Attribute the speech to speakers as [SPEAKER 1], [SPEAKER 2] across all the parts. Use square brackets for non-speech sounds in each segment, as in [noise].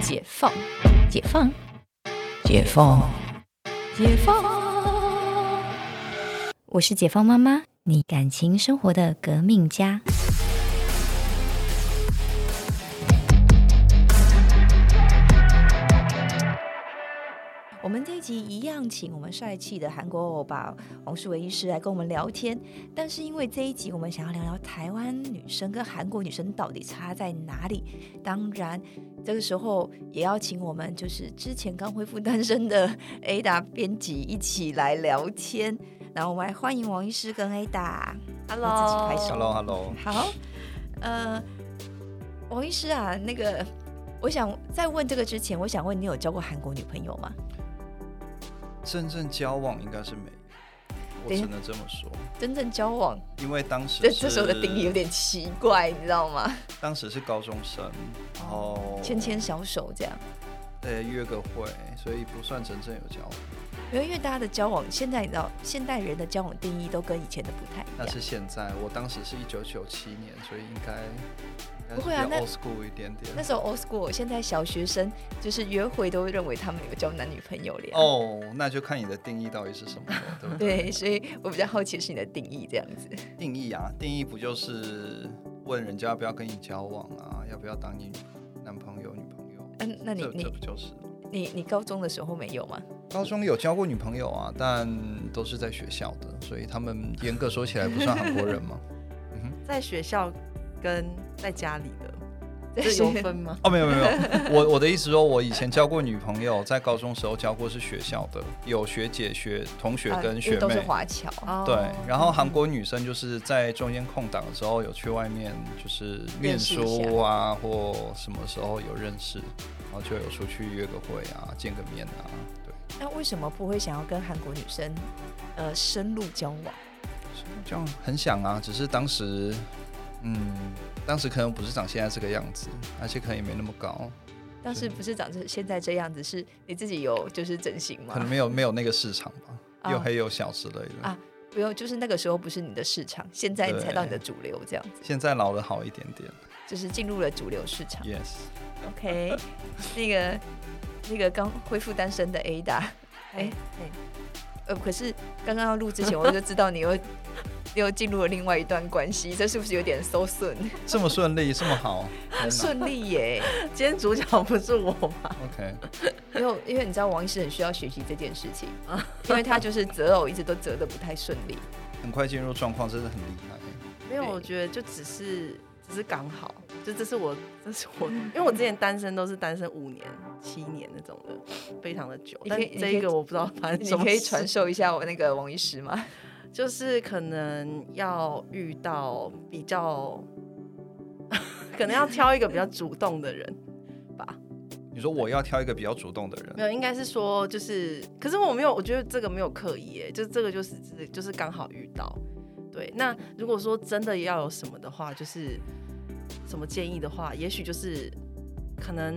[SPEAKER 1] 解放，解放，
[SPEAKER 2] 解放，
[SPEAKER 1] 解放。
[SPEAKER 3] 我是解放妈妈，你感情生活的革命家。
[SPEAKER 1] 我们这一集一样，请我们帅气的韩国欧巴王树伟医师来跟我们聊天。但是因为这一集我们想要聊聊台湾女生跟韩国女生到底差在哪里，当然这个时候也要请我们就是之前刚恢复单身的 [laughs] Ada 编辑一起来聊天。然后我们来欢迎王医师跟 Ada。
[SPEAKER 4] Hello，
[SPEAKER 1] 我自己拍手
[SPEAKER 2] Hello，Hello，
[SPEAKER 1] 好，呃，王医师啊，那个我想在问这个之前，我想问你有交过韩国女朋友吗？
[SPEAKER 2] 真正交往应该是没有，我
[SPEAKER 1] 等一
[SPEAKER 2] 只
[SPEAKER 1] 下
[SPEAKER 2] 能这么说，
[SPEAKER 1] 真正交往，
[SPEAKER 2] 因为当时
[SPEAKER 1] 这
[SPEAKER 2] 是
[SPEAKER 1] 这时候的定义有点奇怪，你知道吗？
[SPEAKER 2] 当时是高中
[SPEAKER 1] 哦
[SPEAKER 2] 生，然后
[SPEAKER 1] 牵牵小手这样，
[SPEAKER 2] 呃约个会，所以不算真正有交往，
[SPEAKER 1] 没有，因为大家的交往，现在你知道，现代人的交往定义都跟以前的不太一
[SPEAKER 2] 那
[SPEAKER 1] 样。
[SPEAKER 2] 是现在，我当时是一九九七年，所以应该应该
[SPEAKER 1] 不会啊
[SPEAKER 2] 是比
[SPEAKER 1] 那
[SPEAKER 2] 较 old school 一点点
[SPEAKER 1] 那。时候 old school，现在小学生就是约会都认为他们有交男女朋友了呀。
[SPEAKER 2] 哦，那就看你的定义到底是什么了，对不对？
[SPEAKER 1] 对，所以我比较好奇是你的定义这样子。
[SPEAKER 2] 定义啊，定义不就是问人家要不要跟你交往啊，要不要当你男朋友、女朋友？
[SPEAKER 1] 嗯，那你
[SPEAKER 2] 这这
[SPEAKER 1] 你
[SPEAKER 2] 不就是吗？
[SPEAKER 1] 你你高中的时候没有吗？
[SPEAKER 2] 高中有交过女朋友啊，但都是在学校的，所以他们严格说起来不算韩国人吗？
[SPEAKER 4] 在学校跟在家里的，
[SPEAKER 1] 在
[SPEAKER 4] [laughs] 这有
[SPEAKER 1] 学
[SPEAKER 4] 分吗？
[SPEAKER 2] [laughs] 哦，没有没有没有， [laughs] 我我的意思说，我以前交过女朋友，在高中时候交过是学校的，有学姐、学
[SPEAKER 1] [laughs]
[SPEAKER 2] 同学
[SPEAKER 1] 啊
[SPEAKER 2] 跟
[SPEAKER 1] 因为
[SPEAKER 2] 学
[SPEAKER 1] 都
[SPEAKER 2] 妹。
[SPEAKER 1] 是华侨。
[SPEAKER 4] 哦
[SPEAKER 2] 对，然后韩国女生就是在中间空档的时候有去外面就是念书啊，或什么时候有认识，然后就有出去约个会啊，见个面啊，对，
[SPEAKER 1] 那为什么不会想要跟韩国女生呃深入交往？
[SPEAKER 2] 这样很想啊，只是当时，嗯，当时可能不是长现在这个样子，而且可能也没那么高，
[SPEAKER 1] 当时
[SPEAKER 2] 是
[SPEAKER 1] 不是长成现在这样子，是你自己有就是整形吗
[SPEAKER 2] 可？能没有没有那个市场吧，又
[SPEAKER 1] 哦
[SPEAKER 2] 黑又小之类的。
[SPEAKER 1] 啊不用，就是那个时候不是你的市场，现在你才到你的主流，这样子
[SPEAKER 2] 现在老了好一点点
[SPEAKER 1] 就是进入了主流市场。
[SPEAKER 2] ，yes。
[SPEAKER 1] OK，那 [laughs] 个那个刚恢复单身的 Ada，
[SPEAKER 4] 哎哎，
[SPEAKER 1] 呃，可是刚刚要录之前我就知道你
[SPEAKER 2] [laughs]
[SPEAKER 1] 又又进入了另外一段关系，这是不是有
[SPEAKER 2] [laughs]
[SPEAKER 1] 点 so soon？
[SPEAKER 2] 这么顺利，这么好，天哪
[SPEAKER 1] 顺利耶，
[SPEAKER 4] 今天主角不是我吗？
[SPEAKER 2] OK，
[SPEAKER 1] 因为因为你知道王医师很需要学习这件事
[SPEAKER 2] [laughs]
[SPEAKER 1] 情，因为他就是择偶一直都择的不太顺利。
[SPEAKER 2] 很快进入状况，真的很厉害。
[SPEAKER 4] [laughs] 没有，
[SPEAKER 1] 对
[SPEAKER 4] 我觉得就只是只是刚好，就这是我这是我，因为我之前单身都是单身五年、七年那种的，非常的久。
[SPEAKER 1] 你
[SPEAKER 4] 但
[SPEAKER 1] 可以
[SPEAKER 4] 这
[SPEAKER 1] 你
[SPEAKER 4] 一
[SPEAKER 1] 可以
[SPEAKER 4] 个我不知道发生
[SPEAKER 1] 你
[SPEAKER 4] 什么
[SPEAKER 1] 可以
[SPEAKER 4] 事
[SPEAKER 1] 传授一下我那个王医师吗？
[SPEAKER 4] 就是可能要遇到比较， [laughs] 可能要挑一个比较主动的人吧。
[SPEAKER 2] 你说我要挑一个比较主动的
[SPEAKER 4] 没
[SPEAKER 2] 人，
[SPEAKER 4] 有，应该是说就是，可是我没有，我觉得这个没有刻意耶，就这个就是就是就是刚好遇到。对，那如果说真的要有什么的话，就是什么建议的话，也许就是可能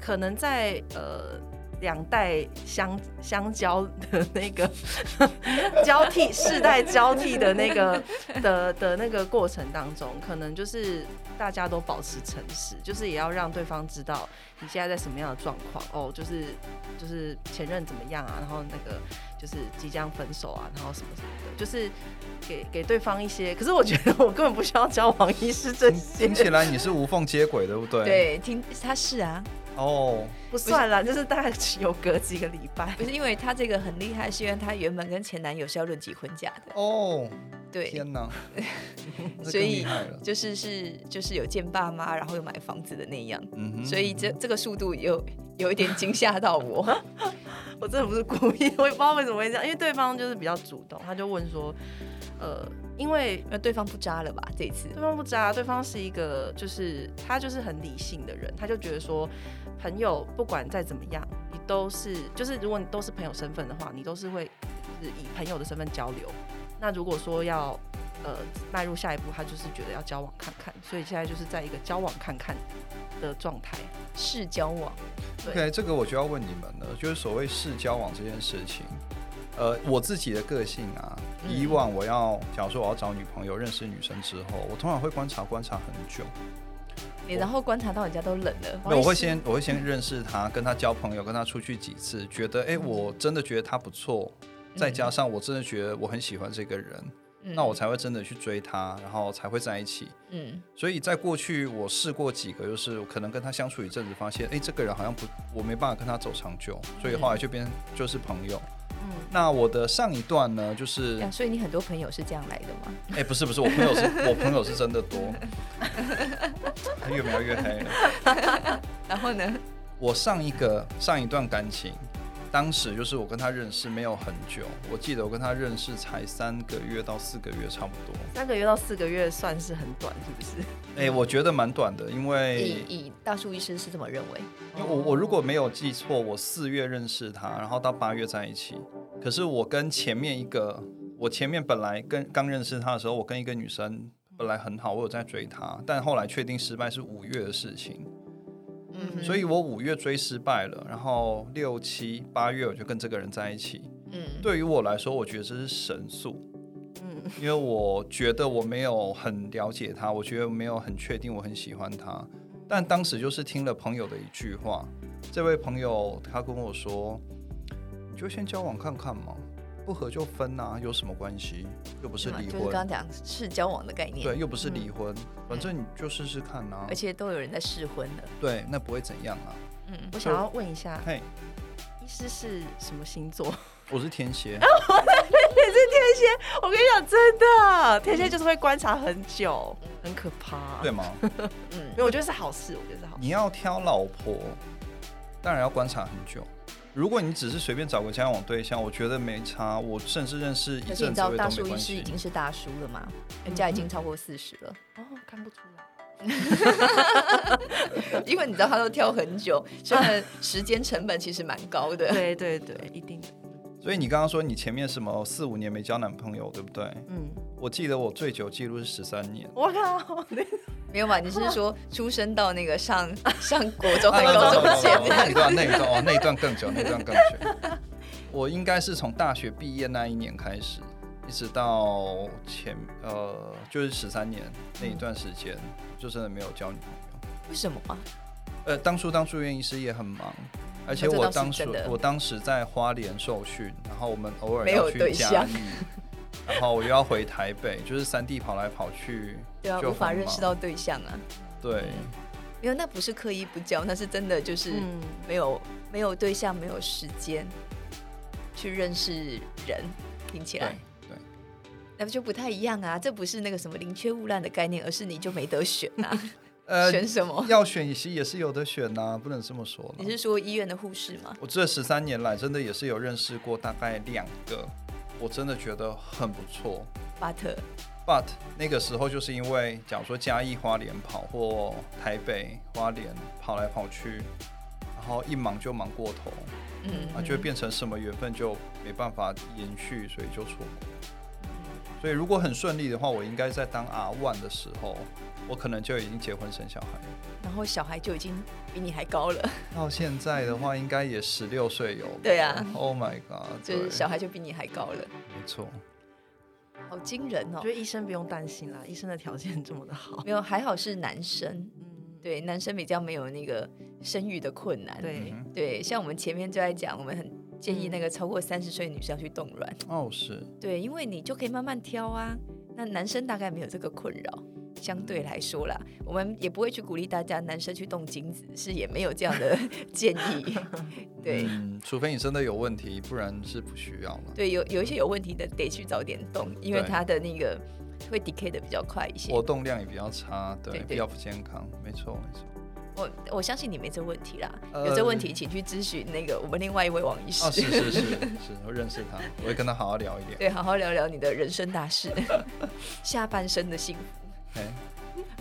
[SPEAKER 4] 可能在呃两代相相交的那个交替世代交替的那个的的那个过程当中，可能就是大家都保持诚实，就是也要让对方知道你现在在什么样的状况哦，就是就是前任怎么样啊，然后那个就是即将分手啊，然后什么什么的，就是给给对方一些。可是我觉得我根本不需要交往医师这
[SPEAKER 2] 听
[SPEAKER 4] 些
[SPEAKER 2] 听，起来你是无缝接轨，对不对？。
[SPEAKER 1] 对，听他是啊，
[SPEAKER 2] 哦，
[SPEAKER 4] [laughs] 不算啦，就是大概有隔几个礼拜
[SPEAKER 1] 不。是因为她这个很厉害，是因为她原本跟前男友是要论及婚嫁的，
[SPEAKER 2] 哦，
[SPEAKER 1] 对，[laughs]
[SPEAKER 2] 天哪，这
[SPEAKER 1] 所
[SPEAKER 2] 更
[SPEAKER 1] 以
[SPEAKER 2] 厉害了。
[SPEAKER 1] 就是是就是有见爸妈，然后有买房子的那样，
[SPEAKER 2] 嗯哼
[SPEAKER 1] 所以这这个速度有有一点惊吓到
[SPEAKER 2] [laughs]
[SPEAKER 1] 我。
[SPEAKER 4] [laughs] 我真的不是故意，我也不知道为什么会这样，因为对方就是比较主动，他就问说，呃，因为
[SPEAKER 1] 那对方不渣了吧？这一次
[SPEAKER 4] 对方不渣，对方是一个就是他就是很理性的人，他就觉得说，朋友不管再怎么样，你都是就是如果你都是朋友身份的话，你都是会就是以朋友的身份交流。那如果说要呃迈入下一步，他就是觉得要交往看看，所以现在就是在一个交往看看的状态。
[SPEAKER 1] 是交往，
[SPEAKER 2] OK，这个我就要问你们了，就是所谓试交往这件事情。呃，我自己的个性啊，
[SPEAKER 1] 嗯
[SPEAKER 2] 以往我要，假如说我要找女朋友，认识女生之后，我通常会观察观察很久，
[SPEAKER 1] 你然后观察到人家都冷了，
[SPEAKER 2] 没有，我会先我
[SPEAKER 1] 嗯
[SPEAKER 2] 会先认识他，跟他交朋友，跟他出去几次，觉得
[SPEAKER 1] 嗯
[SPEAKER 2] 哎、诶我真的觉得他不错，再加上我真的觉得我很喜欢这个人，
[SPEAKER 1] 嗯
[SPEAKER 2] 那我才会真的去追他，然后才会在一起。
[SPEAKER 1] 嗯
[SPEAKER 2] 所以在过去我试过几个，就是我可能跟他相处一阵子，发现哎、诶这个人好像不，我没办法跟他走长久，所以后来就变就是朋友。
[SPEAKER 4] 嗯，
[SPEAKER 2] 那我的上一段呢，就是
[SPEAKER 1] 啊呀，所以你很多朋友是这样来的吗？
[SPEAKER 2] 哎、不是不是，我朋友是我朋友是真的多，越描越黑了。
[SPEAKER 1] 然后呢？
[SPEAKER 2] 我上一个上一段感情，当时就是我跟他认识没有很久，我记得我跟他认识才三个月到四个月差不多。
[SPEAKER 4] 三个月到四个月算是很短，是不是？
[SPEAKER 2] 哎、我觉得蛮短的，因为
[SPEAKER 1] 以以大树医师是这么认为，
[SPEAKER 2] 因为我我如果没有记错，我四月认识他，然后到八月在一起。可是我跟前面一个，我前面本来跟刚认识他的时候，我跟一个女生本来很好，我有在追她，但后来确定失败是五月的事情，
[SPEAKER 1] 嗯哼
[SPEAKER 2] 所以我五月追失败了，然后六七八月我就跟这个人在一起。
[SPEAKER 1] 嗯，
[SPEAKER 2] 对于我来说，我觉得这是神速，
[SPEAKER 4] 嗯
[SPEAKER 2] 因为我觉得我没有很了解他，我觉得没有很确定我很喜欢他。但当时就是听了朋友的一句话，这位朋友他跟我说：“你就先交往看看嘛，不合就分啊，有什么关系？又不是
[SPEAKER 1] 嘛
[SPEAKER 2] 离
[SPEAKER 1] 嗯就是刚刚
[SPEAKER 2] 婚，
[SPEAKER 1] 讲是交往的概念，
[SPEAKER 2] 对，又不是离婚，反正你就试试看啊
[SPEAKER 1] 嗯而。且都有人在试婚了，
[SPEAKER 2] 对，那不会怎样啊。
[SPEAKER 1] 嗯，
[SPEAKER 4] 我想要问一下，
[SPEAKER 2] 嘿，
[SPEAKER 4] 医师是什么星座？ [laughs]
[SPEAKER 2] 我是天蝎，
[SPEAKER 1] 啊
[SPEAKER 4] 我跟你讲，真的，天蝎就是会观察很久，很可怕。
[SPEAKER 2] 对，吗？
[SPEAKER 1] 嗯
[SPEAKER 4] 没有，我觉得是好事，我觉得是好事。
[SPEAKER 2] 你要挑老婆，当然要观察很久。如果你只是随便找个交往对象，我觉得没差。我甚至认识一
[SPEAKER 1] 可是
[SPEAKER 2] 阵
[SPEAKER 1] 你知
[SPEAKER 2] 子我
[SPEAKER 1] 道
[SPEAKER 2] 也
[SPEAKER 1] 大
[SPEAKER 2] 都
[SPEAKER 1] 树
[SPEAKER 2] 没
[SPEAKER 1] 医
[SPEAKER 2] 关
[SPEAKER 1] 师已
[SPEAKER 2] 系。
[SPEAKER 1] 经是大叔了嘛，人家已经超过四十了。
[SPEAKER 4] 哦，看不出来。
[SPEAKER 1] 因为你知道他都挑很久，所以 [laughs] 他的时间成本其实蛮高的。
[SPEAKER 4] [laughs] 对对对，一定的。
[SPEAKER 2] 所以你刚刚说你前面什么四五年没交男朋友，对不对？
[SPEAKER 4] 嗯，
[SPEAKER 2] 我记得我最久记录是十三年。
[SPEAKER 4] 我靠，
[SPEAKER 1] 没有嘛？你是说出生到那个上 [laughs] 上国中
[SPEAKER 2] 啊
[SPEAKER 1] 还高中之前这
[SPEAKER 2] 那一
[SPEAKER 1] 样？
[SPEAKER 2] 段那一段哦，那一段更久，那一段更久。我应该是从大学毕业那一年开始，一直到前呃，就是十三年那一段时间，就真的没有交女朋友。
[SPEAKER 1] 为什么啊？
[SPEAKER 2] 呃，当初当住院医师也很忙，而且
[SPEAKER 1] 哦这
[SPEAKER 2] 我
[SPEAKER 1] 倒是
[SPEAKER 2] 当时
[SPEAKER 1] 真的
[SPEAKER 2] 我当时在花莲受训，然后我们偶尔
[SPEAKER 1] 没
[SPEAKER 2] 要
[SPEAKER 1] 有
[SPEAKER 2] 去
[SPEAKER 1] 对
[SPEAKER 2] 嘉
[SPEAKER 1] 象
[SPEAKER 2] 义，然后我又要回台北，就是三地跑来跑去，
[SPEAKER 1] 对啊，
[SPEAKER 2] 就
[SPEAKER 1] 无法
[SPEAKER 2] 很
[SPEAKER 1] 认识
[SPEAKER 2] 忙。
[SPEAKER 1] 到对象啊。
[SPEAKER 2] 对，
[SPEAKER 1] 没有，那不是刻意不交，那是真的就是
[SPEAKER 4] 嗯，
[SPEAKER 1] 没有、没有对象，没有时间去认识人。听起来
[SPEAKER 2] 对，对，
[SPEAKER 1] 那就不太一样啊。这不是那个什么宁缺毋滥的概念，而是你就没得选
[SPEAKER 2] [laughs]
[SPEAKER 1] 啊。
[SPEAKER 2] 呃，
[SPEAKER 1] 选什么？
[SPEAKER 2] 要选也是也是有的选呐、不能这么说
[SPEAKER 1] 你
[SPEAKER 2] 了。
[SPEAKER 1] 是说医院的护士吗？
[SPEAKER 2] 我这十三年来真的也是有认识过大概两个，我真的觉得很不错。
[SPEAKER 1] 巴特，
[SPEAKER 2] But 那个时候就是因为，假如说嘉义花莲跑或台北花莲跑来跑去，然后一忙就忙过头，
[SPEAKER 1] 嗯，
[SPEAKER 2] 啊，就会变成什么缘分就没办法延续，所以就错过。所以如果很顺利的话，我应该在当 R one 的时候，我可能就已经结婚生小孩了。
[SPEAKER 1] 然后小孩就已经比你还高了。
[SPEAKER 2] 到现在的话，应该也十六岁有了。
[SPEAKER 1] 对啊
[SPEAKER 2] ，Oh my god，
[SPEAKER 1] 就是
[SPEAKER 2] 对
[SPEAKER 1] 小，孩就比你还高了，
[SPEAKER 2] 没错。
[SPEAKER 1] 好惊人
[SPEAKER 4] 我
[SPEAKER 1] 哦
[SPEAKER 4] 觉！得医生不用担心啦，医生的条件这么的好。
[SPEAKER 1] 没有，还好是男生，
[SPEAKER 4] 嗯，
[SPEAKER 1] 对，男生比较没有那个生育的困难。
[SPEAKER 4] 对
[SPEAKER 2] 嗯
[SPEAKER 1] 对像我们前面就在讲，我们很建议那个超过三十岁的女生要去冻卵，
[SPEAKER 2] 哼，哦是，
[SPEAKER 1] 对，因为你就可以慢慢挑啊。那男生大概没有这个困扰，相对来说啦，我们也不会去鼓励大家男生去冻精子，是也没有这样的 [laughs] 建议。对
[SPEAKER 2] 嗯，除非你真的有问题，不然是不需要了。
[SPEAKER 1] 对，有有一些有问题的得去早点冻，因为
[SPEAKER 2] 对
[SPEAKER 1] 他的那个会 decay 的比较快一些。
[SPEAKER 2] 活动量也比较差，对，
[SPEAKER 1] 对对
[SPEAKER 2] 比较不健康，没错没错。
[SPEAKER 1] 我我相信你没这问题啦，
[SPEAKER 2] 呃
[SPEAKER 1] 有这问题请去咨询那个我们另外一位王医师， [laughs]
[SPEAKER 2] 哦，是是是是，我认识他，我会跟他好好聊一聊。
[SPEAKER 1] 对，好好聊聊你的人生大事， [laughs] 下半生的幸福。
[SPEAKER 2] 哎，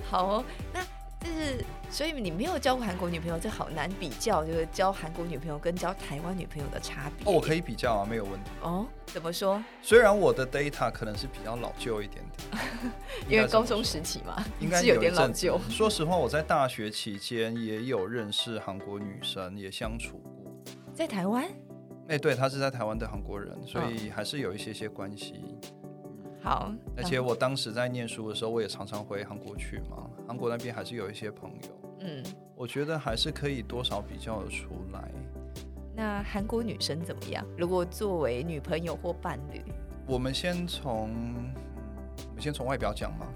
[SPEAKER 1] 好、哦，那就是所以你没有交过韩国女朋友，这好难比较，就是交韩国女朋友跟交台湾女朋友的差别。
[SPEAKER 2] 哦，我可以比较啊，没有问题。
[SPEAKER 1] 哦，怎么说？，
[SPEAKER 2] 虽然我的 data 可能是比较老旧一点点
[SPEAKER 1] [laughs] 因为
[SPEAKER 2] 应该这么
[SPEAKER 1] 高中
[SPEAKER 2] 说
[SPEAKER 1] 时期嘛，
[SPEAKER 2] 应该
[SPEAKER 1] 是有
[SPEAKER 2] 一
[SPEAKER 1] 点老
[SPEAKER 2] 阵子
[SPEAKER 1] 旧。
[SPEAKER 2] 说实话，我在大学期间也有认识韩国女生，也相处过。
[SPEAKER 1] 在台湾，嗯
[SPEAKER 2] 哎，对，她是在台湾的韩国人，所以还是有一些些关系。
[SPEAKER 1] 好，
[SPEAKER 2] 而且我当时在念书的时候，我也常常回韩国去嘛，韩国那边还是有一些朋友，
[SPEAKER 1] 嗯，
[SPEAKER 2] 我觉得还是可以多少比较得出来。
[SPEAKER 1] 那韩国女生怎么样？如果作为女朋友或伴侣
[SPEAKER 2] 我们先从，嗯我们先从外表讲嘛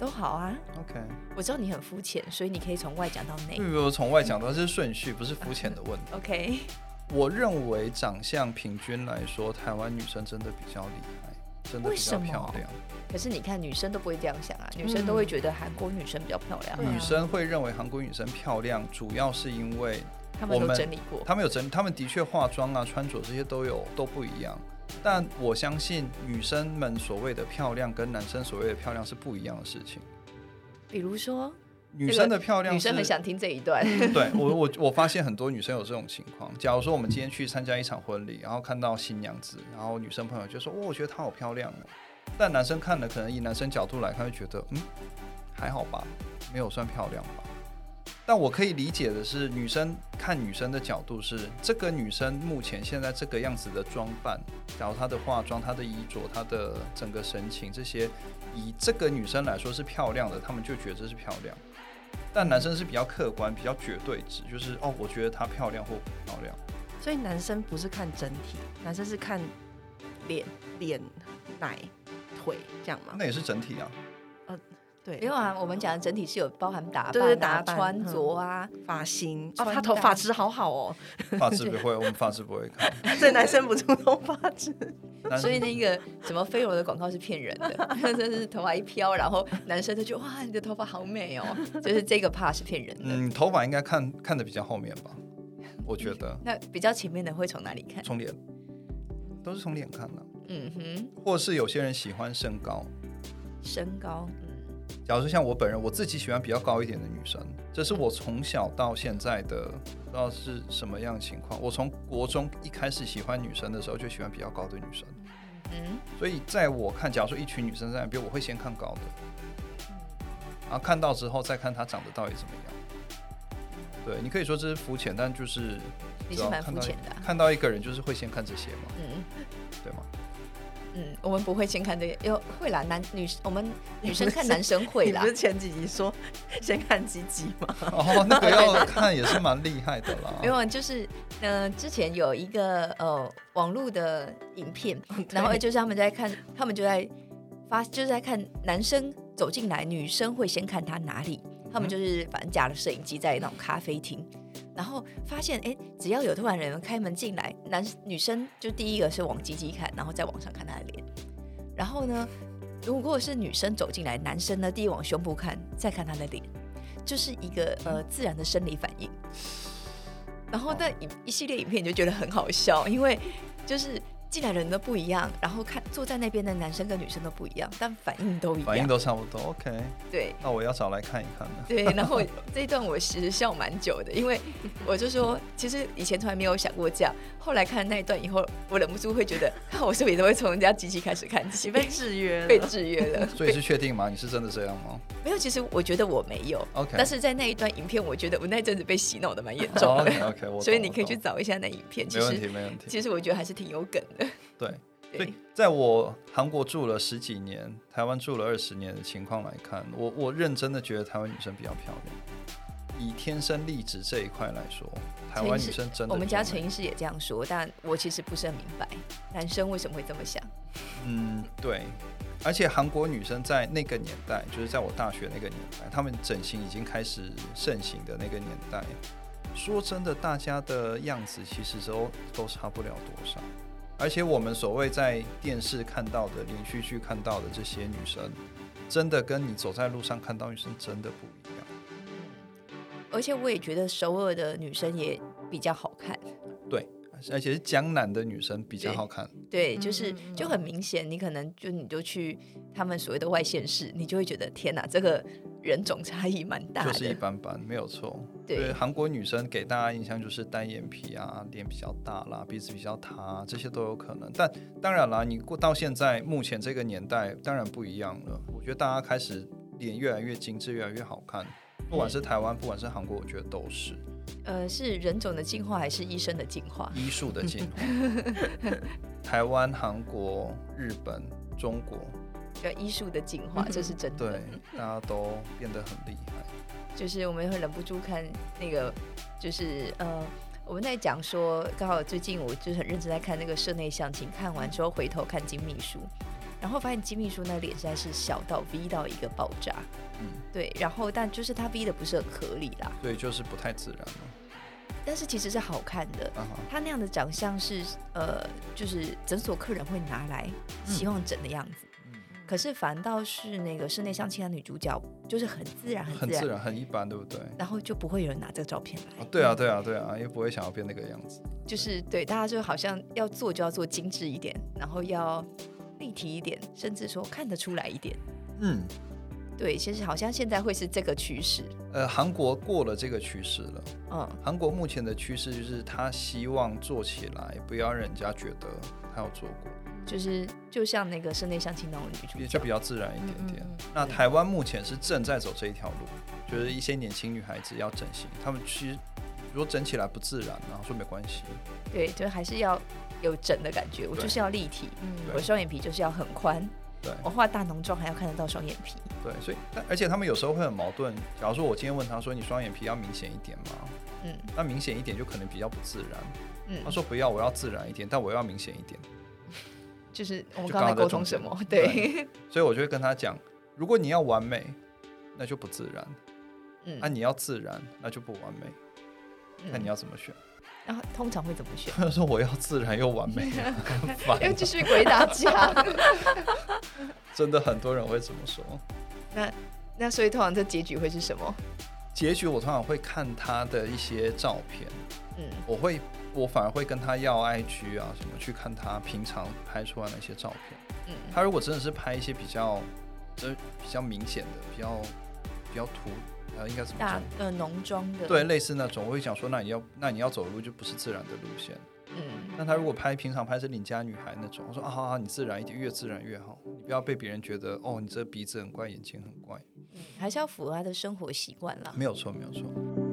[SPEAKER 1] 都好啊。
[SPEAKER 2] ，OK？
[SPEAKER 1] 我知道你很肤浅，所以你可以从外讲到内
[SPEAKER 2] 不。不不，从外讲，它是顺序，不是肤浅的问题。
[SPEAKER 1] OK，
[SPEAKER 2] 我认为长相平均来说，台湾女生真的比较厉害，真的
[SPEAKER 1] 为
[SPEAKER 2] 比较
[SPEAKER 1] 什么
[SPEAKER 2] 漂亮。
[SPEAKER 1] 可是你看女生都不会这样想啊，女生都会觉得韩国女生比较漂亮
[SPEAKER 4] 对啊
[SPEAKER 1] 啊，
[SPEAKER 2] 女生会认为韩国女生漂亮，主要是因为
[SPEAKER 1] 她们
[SPEAKER 2] 我
[SPEAKER 1] 都
[SPEAKER 2] 们
[SPEAKER 1] 整理过。
[SPEAKER 2] 她们有整，她们的确化妆啊、穿着这些都有都不一样。但我相信女生们所谓的漂亮跟男生所谓的漂亮是不一样的事情。
[SPEAKER 1] 比如说，
[SPEAKER 2] 女生的漂亮
[SPEAKER 1] 女
[SPEAKER 2] 是，嗯
[SPEAKER 1] 生很想听这一段。
[SPEAKER 2] 对我我我发现很多女生有这种情况。假如说我们今天去参加一场婚礼，然后看到新娘子，然后女生朋友就说：“哦，我觉得她好漂亮哦。”但男生看了，可能以男生角度来看，会觉得嗯还好吧，没有算漂亮吧。但我可以理解的是，女生看女生的角度是，这个女生目前现在这个样子的装扮，假如她的化妆、她的衣着、她的整个神情这些，以这个女生来说是漂亮的，他们就觉得这是漂亮。但男生是比较客观、比较绝对值，就是哦，我觉得她漂亮或不漂亮。
[SPEAKER 1] 哦
[SPEAKER 4] 所以男生不是看整体，男生是看脸、脸、奶、腿这样吗？
[SPEAKER 2] 那也是整
[SPEAKER 1] [laughs]
[SPEAKER 2] 体啊，
[SPEAKER 4] 对，
[SPEAKER 1] [laughs] 没有啊，我们讲的整体是有包含打
[SPEAKER 4] 对
[SPEAKER 1] 扮、啊、
[SPEAKER 4] 对打扮
[SPEAKER 1] 穿着啊，
[SPEAKER 4] 发型哦，
[SPEAKER 1] 穿
[SPEAKER 4] 他头
[SPEAKER 1] 搭
[SPEAKER 4] 发质好好哦，
[SPEAKER 2] 发质不会，我们发质不会
[SPEAKER 1] [laughs]
[SPEAKER 2] 看。
[SPEAKER 4] 所以男生不注重发 [laughs] 质。
[SPEAKER 2] 男
[SPEAKER 1] 所以那个什么飞柔的广告是骗人的， [laughs] 真是头发一飘，然后男生就觉得哇，你的头发好美哦，就是这个怕是骗人的。
[SPEAKER 2] 嗯，头发应该看看的比较后面吧，我觉得
[SPEAKER 1] 那比较前面的会从哪里看？
[SPEAKER 2] 从脸都是从脸看的、
[SPEAKER 1] 嗯哼，
[SPEAKER 2] 或是有些人喜欢身高。
[SPEAKER 1] 身高，嗯，
[SPEAKER 2] 假如说像我本人，我自己喜欢比较高一点的女生，这是我从小到现在的不知道是什么样的情况。我从国中一开始喜欢女生的时候，就喜欢比较高的女生，
[SPEAKER 1] 嗯，
[SPEAKER 2] 所以在我看，假如说一群女生在那边，我会先看高的，然后看到之后再看她长得到底怎么样。对，你可以说这是肤浅，但就是
[SPEAKER 1] 你
[SPEAKER 2] 只
[SPEAKER 1] 是
[SPEAKER 2] 要
[SPEAKER 1] 蛮
[SPEAKER 2] 看
[SPEAKER 1] 肤
[SPEAKER 2] 到一
[SPEAKER 1] 浅的、啊，
[SPEAKER 2] 看到一个人就是会先看这些嘛，
[SPEAKER 1] 嗯
[SPEAKER 2] 对吗？
[SPEAKER 1] [laughs] 嗯，我们不会先看这个，哟，会啦，男女我们女生看男生会
[SPEAKER 4] 你
[SPEAKER 1] 啦
[SPEAKER 4] 不，是前几集说先看鸡鸡吗？
[SPEAKER 2] 哦，那个要看也是蛮厉害的啦。
[SPEAKER 1] 没有，就是呃，之前有一个呃网络的影片，然后就是他们在看，他们就在发，就是在看男生走进来，女生会先看他哪里。他们就是反正架了摄影机在那种咖啡厅，然后发现哎，诶只要有突然有人开门进来，男女生就第一个是往鸡鸡看，然后再往上看他的脸。然后呢，如果是女生走进来，男生呢第一往胸部看，再看他的脸，就是一个呃自然的生理反应。然后那一一系列影片你就觉得很好笑，因为就是进来人都不一样，然后看坐在那边的男生跟女生都不一样，但反应都一样。
[SPEAKER 2] 反应都差不多，OK。
[SPEAKER 1] 对，
[SPEAKER 2] 那我要找来看一看了。
[SPEAKER 1] 对，然后这一段我其实笑蛮久的，因为我就说，其实以前从来没有想过这样，后来看那一段以后，我忍不住会觉得，看我是不是也都会从人家机器开始看起，
[SPEAKER 4] 你
[SPEAKER 1] 被
[SPEAKER 4] 被制约
[SPEAKER 2] [laughs]
[SPEAKER 1] 被
[SPEAKER 4] 了，
[SPEAKER 1] 制约了。
[SPEAKER 2] 所以是确定吗？你是真的这样吗
[SPEAKER 1] 没有，其实我觉得我没有
[SPEAKER 2] ？OK。
[SPEAKER 1] 但是在那一段影片，我觉得我那一阵子被洗脑的蛮严重 [laughs]
[SPEAKER 2] 哦
[SPEAKER 1] 的，
[SPEAKER 2] OK，OK，我懂
[SPEAKER 1] 所以你可以
[SPEAKER 2] 我
[SPEAKER 1] 去
[SPEAKER 2] 懂
[SPEAKER 1] 找一下那影片，其
[SPEAKER 2] 没问
[SPEAKER 1] 实
[SPEAKER 2] 题，没问题。
[SPEAKER 1] 其实我觉得还是挺有梗的。
[SPEAKER 2] 对，所以
[SPEAKER 1] 对，
[SPEAKER 2] 在我韩国住了十几年，台湾住了二十年的情况来看，我我认真的觉得台湾女生比较漂亮。以天生丽质这一块来说，台湾女生真的
[SPEAKER 1] 我们
[SPEAKER 2] 比较
[SPEAKER 1] 家
[SPEAKER 2] 美
[SPEAKER 1] 陈医师也这样说，但我其实不是很明白，男生为什么会这么想？
[SPEAKER 2] 嗯对，而且韩国女生在那个年代，就是在我大学那个年代，她们整形已经开始盛行的那个年代，说真的，大家的样子其实都都差不了多少。而且我们所谓在电视看到的、连续剧看到的这些女生，真的跟你走在路上看到女生真的不一样。
[SPEAKER 1] 而且我也觉得首尔的女生也比较好看。
[SPEAKER 2] 而且是江南的女生比较好看，
[SPEAKER 1] 对，就是
[SPEAKER 4] 嗯嗯嗯
[SPEAKER 1] 就很明显，你可能就你就去他们所谓的外县市，你就会觉得天哪，这个人种差异蛮大的。
[SPEAKER 2] 就是一啊般般，没有错。
[SPEAKER 1] 对，
[SPEAKER 2] 韩国女生给大家印象就是单眼皮啊，脸比较大啦，鼻子比较塌、这些都有可能。但当然啦，你过到现在目前这个年代，当然不一样了。我觉得大家开始脸越来越精致，越来越好看。不管是台湾，不管是韩国，我觉得都是
[SPEAKER 1] 呃，是人种的进化还是医生的进化？
[SPEAKER 2] 医术的进化。台湾、韩国、日本、中国
[SPEAKER 1] 呃医术的进化，
[SPEAKER 4] 嗯哼
[SPEAKER 1] 这是真的。
[SPEAKER 2] 对，大家都变得很厉害。
[SPEAKER 1] 就是我们会忍不住看那个，就是呃，我们在讲说，刚好最近我就是很认真在看那个社内相亲，看完之后回头看金秘书，然后发现金秘书那脸实在是小到 V 到一个爆炸，
[SPEAKER 2] 嗯，
[SPEAKER 1] 对，然后但就是他 V 的不是很合理啦，
[SPEAKER 2] 所以就是不太自然了。
[SPEAKER 1] 但是其实是好看的。
[SPEAKER 2] 啊哈，
[SPEAKER 1] 他那样的长相是呃，就是诊所客人会拿来希望整的样子，
[SPEAKER 2] 嗯，
[SPEAKER 1] 可是反倒是那个室内相亲的女主角就是很自然，很
[SPEAKER 2] 很
[SPEAKER 1] 自然，
[SPEAKER 2] 自然，很一般，对不对？
[SPEAKER 1] 然后就不会有人拿这个照片来。嗯
[SPEAKER 2] 啊，对啊，对啊，对啊，因为不会想要变那个样子。
[SPEAKER 1] 就是对大家就好像要做就要做精致一点，然后要立体一点，甚至说看得出来一点。
[SPEAKER 2] 嗯，
[SPEAKER 1] 对，其实好像现在会是这个趋势。
[SPEAKER 2] 呃，韩国过了这个趋势了。
[SPEAKER 1] 嗯，
[SPEAKER 2] 韩国目前的趋势就是，他希望做起来，不要让人家觉得他有做过，
[SPEAKER 1] 就是就像那个室内相亲那种女主
[SPEAKER 2] 也
[SPEAKER 1] 角
[SPEAKER 2] 就比，较自然一点点。
[SPEAKER 4] 嗯嗯嗯
[SPEAKER 2] 那台湾目前是正在走这一条路，就是一些年轻女孩子要整形，她们其实如果整起来不自然，然后说没关系，
[SPEAKER 1] 对，就还是要有整的感觉。我
[SPEAKER 2] 对
[SPEAKER 1] 就是要立体，
[SPEAKER 4] 嗯
[SPEAKER 2] 对
[SPEAKER 1] 我双眼皮就是要很宽，
[SPEAKER 2] 对
[SPEAKER 1] 我化大浓妆还要看得到双眼皮。
[SPEAKER 2] 对，所以但而且他们有时候会很矛盾。假如说我今天问他说你双眼皮要明显一点吗？
[SPEAKER 1] 嗯
[SPEAKER 2] 那明显一点就可能比较不自然。
[SPEAKER 1] 嗯
[SPEAKER 2] 他，说不要，我要自然一点，但我要明显一点。
[SPEAKER 1] 就是我们
[SPEAKER 2] 就
[SPEAKER 1] 刚
[SPEAKER 2] 刚
[SPEAKER 1] 才
[SPEAKER 2] 好在
[SPEAKER 1] 沟通
[SPEAKER 2] 中
[SPEAKER 1] 什
[SPEAKER 2] 间
[SPEAKER 1] 么？
[SPEAKER 2] 对
[SPEAKER 1] 对，
[SPEAKER 2] 所以我就会跟他讲，如果你要完美，那就不自然；
[SPEAKER 1] 嗯
[SPEAKER 2] 那、你要自然，那就不完美。看你
[SPEAKER 1] 要，
[SPEAKER 2] 要怎么选。
[SPEAKER 1] 然后通常会怎么
[SPEAKER 2] [laughs]
[SPEAKER 1] 选？
[SPEAKER 2] 他说我要自然又完美，
[SPEAKER 1] [laughs]
[SPEAKER 2] 啊
[SPEAKER 1] 嗯
[SPEAKER 2] 很烦
[SPEAKER 1] 又继续鬼打架。
[SPEAKER 2] 真的很多人会这么说。
[SPEAKER 1] 那所以通常这结局会是什么？
[SPEAKER 2] 结局我通常会看他的一些照片，
[SPEAKER 1] 嗯。
[SPEAKER 2] 我会我反而会跟他要 IG 啊什么，去看他平常拍出来那些照片。
[SPEAKER 1] 嗯
[SPEAKER 2] 他如果真的是拍一些比较，就是比较明显的，比较比较突，呃，应该怎么
[SPEAKER 1] 大
[SPEAKER 2] 讲？
[SPEAKER 1] 呃浓妆的，
[SPEAKER 2] 对，，类似那种，我会想说，那你要那你要走的路就不是自然的路线。
[SPEAKER 1] 嗯，
[SPEAKER 2] 那他如果拍平常拍是邻家女孩那种，我说啊好好，你自然一点，越自然越好，你不要被别人觉得哦，你这鼻子很怪，眼睛很怪，
[SPEAKER 1] 还是要符合他的生活习惯啦。
[SPEAKER 2] 没有错，没有错。